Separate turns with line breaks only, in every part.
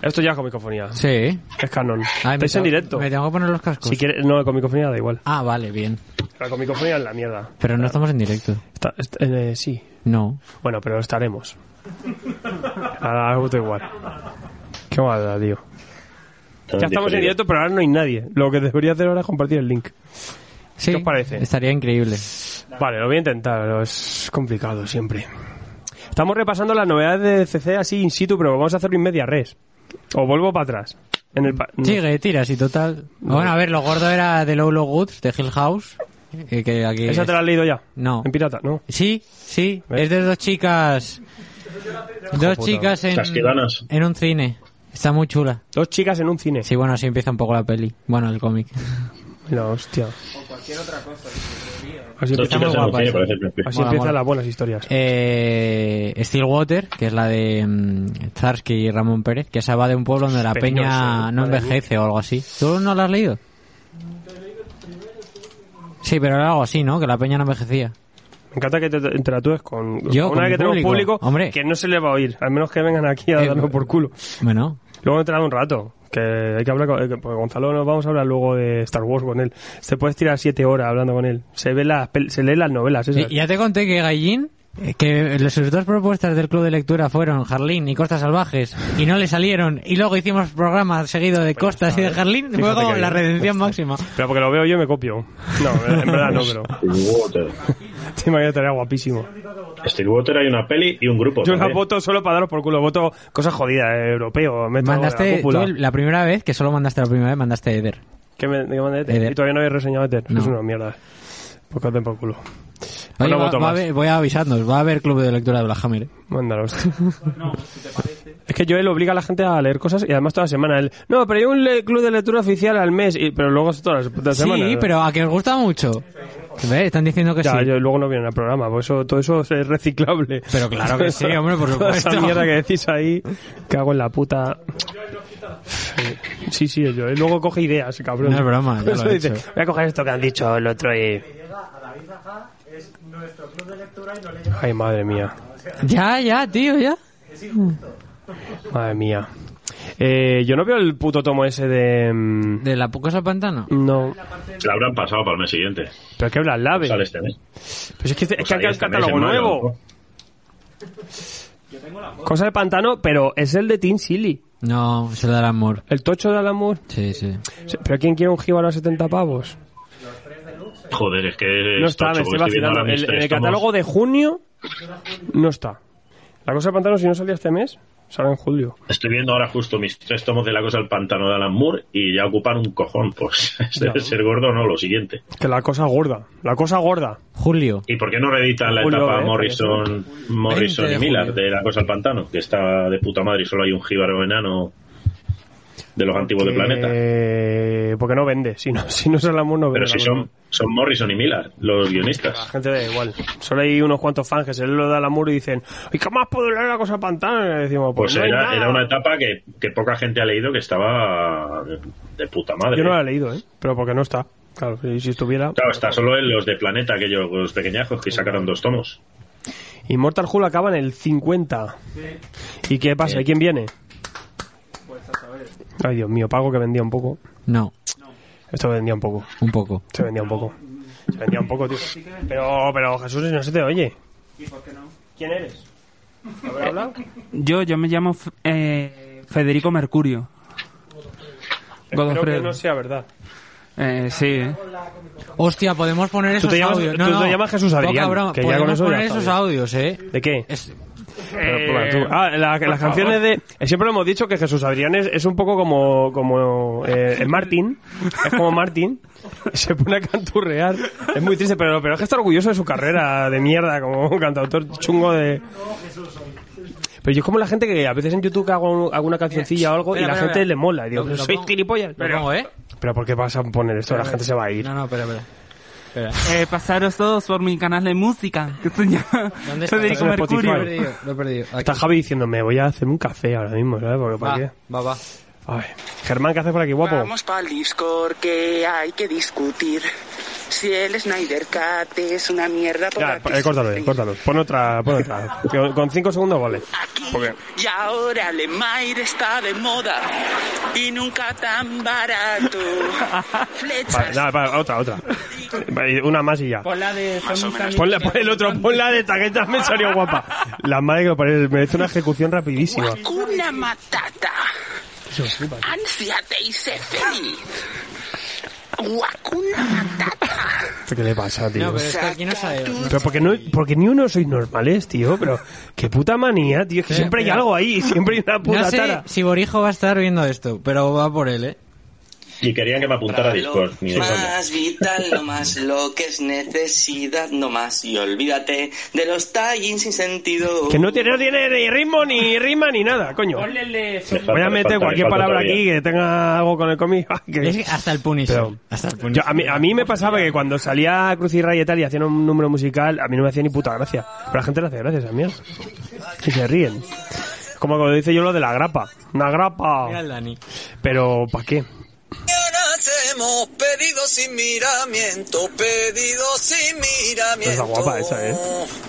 Esto ya es comicofonía.
Sí.
Es canon.
Ay, me
Estáis en
tengo-
directo.
Me tengo que poner los cascos.
Si quieres, no, comicofonía da igual.
Ah, vale, bien.
La comicofonía es la mierda.
Pero no estamos en directo.
Está- est- eh, sí.
No.
Bueno, pero estaremos. Ahora algo da igual. Qué maldad, tío. Ya estamos en directo, pero ahora no hay nadie. Lo que debería hacer ahora es compartir el link.
Sí,
¿Qué os parece?
Estaría increíble.
Vale, lo voy a intentar, pero es complicado siempre. Estamos repasando las novedades de CC así in situ, pero vamos a hacerlo en media res. O vuelvo para atrás. En el pa- no.
Sigue, tiras y total. Bueno, a ver, lo gordo era de Lolo Woods, de Hill House. eh, que aquí
¿Esa
es-
te la has leído ya?
No.
En pirata, ¿no?
Sí, sí.
¿Ves?
Es de dos chicas. Dos chicas en,
Casquidanas.
en un cine. Está muy chula.
Dos chicas en un cine.
Sí, bueno, así empieza un poco la peli. Bueno, el cómic.
La hostia. O cualquier
Dos
otra cosa. Así empiezan,
chicas en un
guapas,
cine,
eh.
parece el principio.
así
Mola,
empiezan
mola.
las buenas historias.
Eh, Stillwater, que es la de mm, Zarsky y Ramón Pérez, que se va de un pueblo donde la
Penoso,
peña no
madre
envejece o algo así. ¿Tú no la has leído? Sí, pero era algo así, ¿no? Que la peña no envejecía.
Me encanta que te te interactúes con,
Yo,
con una
con
vez que
mi
tenemos
público,
público
hombre.
que no se le va a oír. Al menos que vengan aquí a
Eh,
darnos por culo.
Bueno,
Luego entrará un rato. Que hay que hablar con, eh, que- porque Gonzalo. Nos vamos a hablar luego de Star Wars con él. Se puedes tirar siete horas hablando con él. Se ve las, pel- se lee las novelas. esas.
Y- ya te conté que Gallín, eh, que sus dos propuestas del club de lectura fueron Jarlín y Costas Salvajes, y no le salieron, y luego hicimos programa seguido
Pues
de Costas y de Jarlín,
¿eh? Fíjate
fue como
que
la
bien. Pues
redención máxima.
Pero porque lo veo yo y me copio. No, en verdad no, pero.
Stillwater.
Te imagino que estaría guapísimo.
Stillwater hay una peli y un grupo.
Yo las
también.
voto solo para daros por culo. Voto cosas jodidas, eh, europeo. Meto la
Mandaste, tú
cúpula.
el- la primera vez, que solo mandaste la primera vez, mandaste Eder.
¿Qué me, qué mandé?
Eder.
Y todavía no habéis reseñado Ether.
No.
Es una mierda. Porque hacen por culo.
Oye,
Bueno,
va-
voto
va a
más.
haber- voy avisando, va a haber club de lectura de Blahammer. ¿eh?
Mándalos. Es que Joel obliga a la gente a leer cosas y además toda la semana. Él, no, pero hay un le- club de lectura oficial al mes, y- pero luego es todas las putas semanas.
Sí, pero a que os gusta mucho. ¿Ves? Están diciendo que
Ya,
Pues sí.
yo- luego no vienen al programa, por eso todo eso es reciclable.
Pero claro que sí, hombre, por
Toda Esa
supuesto.
mierda que decís ahí, cago en la puta. Sí, sí, yo. eh, Luego coge ideas, cabrón.
No es broma, ya lo
Eso
he
dice,
hecho.
Voy a coger esto que han dicho el otro y. Ay, madre mía.
Ya, ya, tío, ya.
Madre mía. Eh, yo no veo el puto tomo ese de. mm,
De la cosa al pantano.
No.
La habrán pasado para el mes siguiente.
Pero es que hablas lave.
Sale este mes.
Pues es que, este- es
Pues
que
ahí
hay un
este mes,
catálogo
en mayo,
nuevo. Cosa de pantano, pero es el de Team Silly.
No, se le da el amor.
El tocho de Alamur.
Sí, sí.
¿Pero quién quiere un jíbaro a 70 pavos?
¿no? Joder, es que.
No
es
está,
tocho,
me estoy
porque viendo
vacilando.
ahora mis
El,
tres
el
tomos.
catálogo de junio no está. La cosa de pantano, si no salía este mes, sale en julio.
Estoy viendo ahora justo mis tres tomos de la cosa del pantano de Alan Moore y ya ocupan un cojón. Pues debe ser gordo o no, lo siguiente.
Que la cosa gorda. La cosa gorda.
Julio.
¿Y por qué no reeditan la
Julio,
etapa
¿eh?
Morrison, Morrison
20 de
y Miller
julio.
de la cosa del pantano? Que está de puta madre y solo hay un jíbaro enano de los antiguos del planeta.
Eh, porque no vende. Si no, si no es Alamur, no vende.
Pero si
la
son,
cosa.
son Morrison y Miller los
La
guionistas.
gente da igual. Solo hay unos cuantos fans que se les lo da Alamur y dicen ¿Y qué más puedo leer la cosa de pantano? Y decimos, pues,
Pues
no hay
era,
nada.
era una etapa que, que poca gente ha leído que estaba de, de puta madre.
Yo no la he leído, ¿eh? Pero porque no está. Claro, si, si estuviera...
Claro, está solo en los de Planeta, aquellos los pequeñajos que sacaron dos tomos.
Immortal Hulk acaba en el 50. ¿Y qué pasa? ¿Y quién viene? Pues Ay, Dios mío, Pago que vendía un poco.
No,
Esto vendía un poco.
un poco.
Se vendía un poco. Se vendía un poco, tío. Pero, pero Jesús, no se te oye. ¿Quién eres? ¿Habrá hablado?
Yo, yo me llamo F- eh, Federico Mercurio.
Espero Eh, que
Godofredo.
no sea verdad.
Eh, sí, eh.
Hostia, podemos poner esos
te llamas-
audios.
tú te llamas Jesús
Poca
Adrián,
broma,
que ya con
podemos
eso ya
poner
está
esos
bien.
audios, ¿eh?
¿De qué?
Es-
Pero, tú- ah, la- las canciones de... eh, Siempre lo hemos dicho que Jesús Adrián es, es un poco como, como eh, el Martín. Es como Martín. Se pone a canturrear. Es muy triste, pero, pero es que está orgulloso de su carrera de mierda como un cantautor chungo de... Pero yo es como la gente que a veces en YouTube hago un- hago una cancioncilla o algo y
Espera,
la
espera,
gente
espera.
le mola. Y digo,
Lo- lo
soy
pongo-
gilipollas.
Lo pongo,
Pero,
¿eh?
pero ¿por qué vas a poner esto? La gente se va a ir.
No, no, espera, espera. Espera.
Eh, pasaros todos por mi canal de música, que se llama
¿Dónde está?
Está
Federico
en
Mercurio.
Spotify.
perdido, lo he perdido. Aquí.
Está ¿eh? Javi diciéndome, voy a hacerme un café ahora mismo, ¿sabes? Porque, ¿Para
va,
qué?
va, va.
Ay, Germán, ¿qué haces por aquí, guapo?
Vamos para el Discord que hay que discutir. Si el Snyder Cut es una mierda, por
Ya,
aquí
eh, córtalo, eh,
sí.
córtalo. Pon otra, pon otra. Que Con cinco segundos vale.
Aquí y ahora Lemaire está de moda y nunca tan barato.
Vale,
Flechas.
nada, vale, otra, otra. Vale, Una más y ya.
Por la de
Más
Son
o
mis
menos.
amigos.
Ponla, pon el otro, pon la de taqueta, me salió guapa. La madre que lo parió, merece una ejecución rapidísima.
Hakuna Matata. Ansiate y sé feliz. Hakuna Matata.
¿Qué le pasa, tío?
No, pero es que aquí no sale. no
Pero porque, no, porque ni uno sois normales, tío. Pero qué puta manía, tío. Es que
Eh,
siempre hay
mira.
algo ahí. Siempre hay una puta
No sé
tara.
si Borijo va a estar viendo esto, pero va por él, ¿eh?
Y querían que me apuntara a Discord. ni de coña.
más vital, no más lo que es necesidad, no más. Y olvídate de los tallings sin sentido.
Que no tiene, no tiene ni ritmo, ni rima, ni nada, coño.
Ponle el de
Me
Son-
falta-
Voy a
me
meter
falta-
cualquier
me falta
palabra
todavía.
aquí que tenga algo con el cómic. Ah, que-
Es que hasta el Punisher.
Pero-
hasta el
Yo,
Punisher.
a, mí, a mí me pasaba que cuando salía Cruz y Raya y tal y hacían un número musical, a mí no me hacía ni puta gracia. Pero la gente le hace gracias a mí. Y se ríen. Como cuando dice yo lo de la grapa. Una grapa.
Mira al Dani.
Pero, ¿para qué?
Hacemos pedidos sin miramiento, pedidos sin miramiento.
Está guapa esa, ¿eh?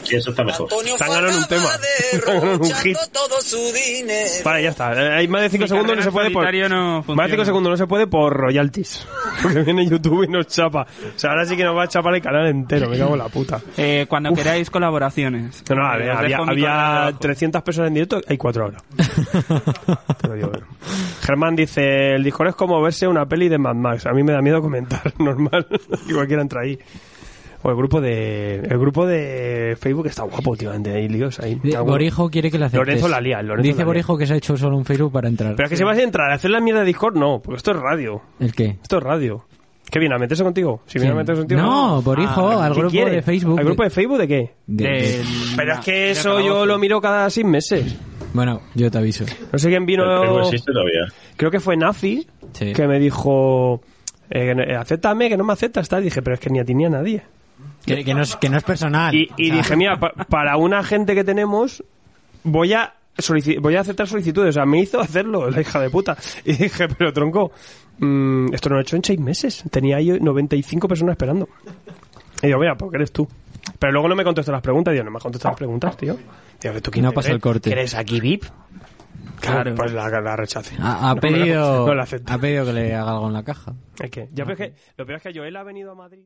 Sí, eso está mejor.
Antonio
Te han ganado un tema.
Fabra
Te han ganado un
derrochando
hit.
todo su dinero.
Vale, ya está. Eh, Hay más de 5
Mi
segundos, no
carrera
se puede por.
solitario no
más
funciona.
de 5 segundos, no se puede por royalties. Porque viene YouTube y nos chapa. O sea, ahora sí que nos va a chapar el canal entero. Me cago en la puta.
Eh, cuando
Uf.
queráis colaboraciones.
No, no,
Eh,
había,
os
había,
dejo mi
había
correo abajo.
300 personas en directo, hay 4 ahora. Te lo digo, ¿eh? bueno. Germán dice, el Discord es como verse una peli de Mad Max. A mí me da miedo comentar, normal. que cualquiera entra ahí. O el grupo de el grupo de Facebook está guapo últimamente, hay líos ahí.
De-
Alguno.
Borijo quiere que la aceptes.
Lorenzo la lía, Lorenzo
Dice
la lía.
Borijo que se ha hecho solo un Facebook para entrar.
Pero es que si vas a entrar a hacer la mierda de Discord, no, porque esto es radio.
¿El qué?
Esto es radio. ¿Qué viene a meterse contigo? Si viene a
¿Quién?
meterse contigo.
No, Borijo,
Ah,
al
¿qué
grupo
quiere?
de Facebook.
¿Al grupo de Facebook de qué?
De- de-
Del-
Pero es que
del
eso yo
calabozo.
lo miro cada 6 meses.
Bueno, yo te aviso.
No sé quién vino.
El Facebook existe todavía.
creo que fue Nazi
Sí.
que me dijo eh, que no- acéptame que no me aceptas tal dije pero es que ni a ti ni a nadie
Que, que no, es, que no es personal.
y, y
O sea,
dije mira pa- para una gente que tenemos voy a solici- voy a aceptar solicitudes o sea me hizo hacerlo la hija de puta y dije pero tronco mm, esto no lo he hecho en seis meses tenía yo 95 personas esperando y digo mira porque eres tú pero luego no me contestó las preguntas digo no me has contestado las preguntas tío digo tú quién
No
te
pasó
crees?
el corte.
¿Que eres aquí VIP claro
Claro.
pues la, la rechacé
Ha, ha
No me la-
pedido,
no la acepté.
ha pedido que le haga algo en la caja.
Es que, ya, pero es que, lo peor es que Joel ha venido a Madrid.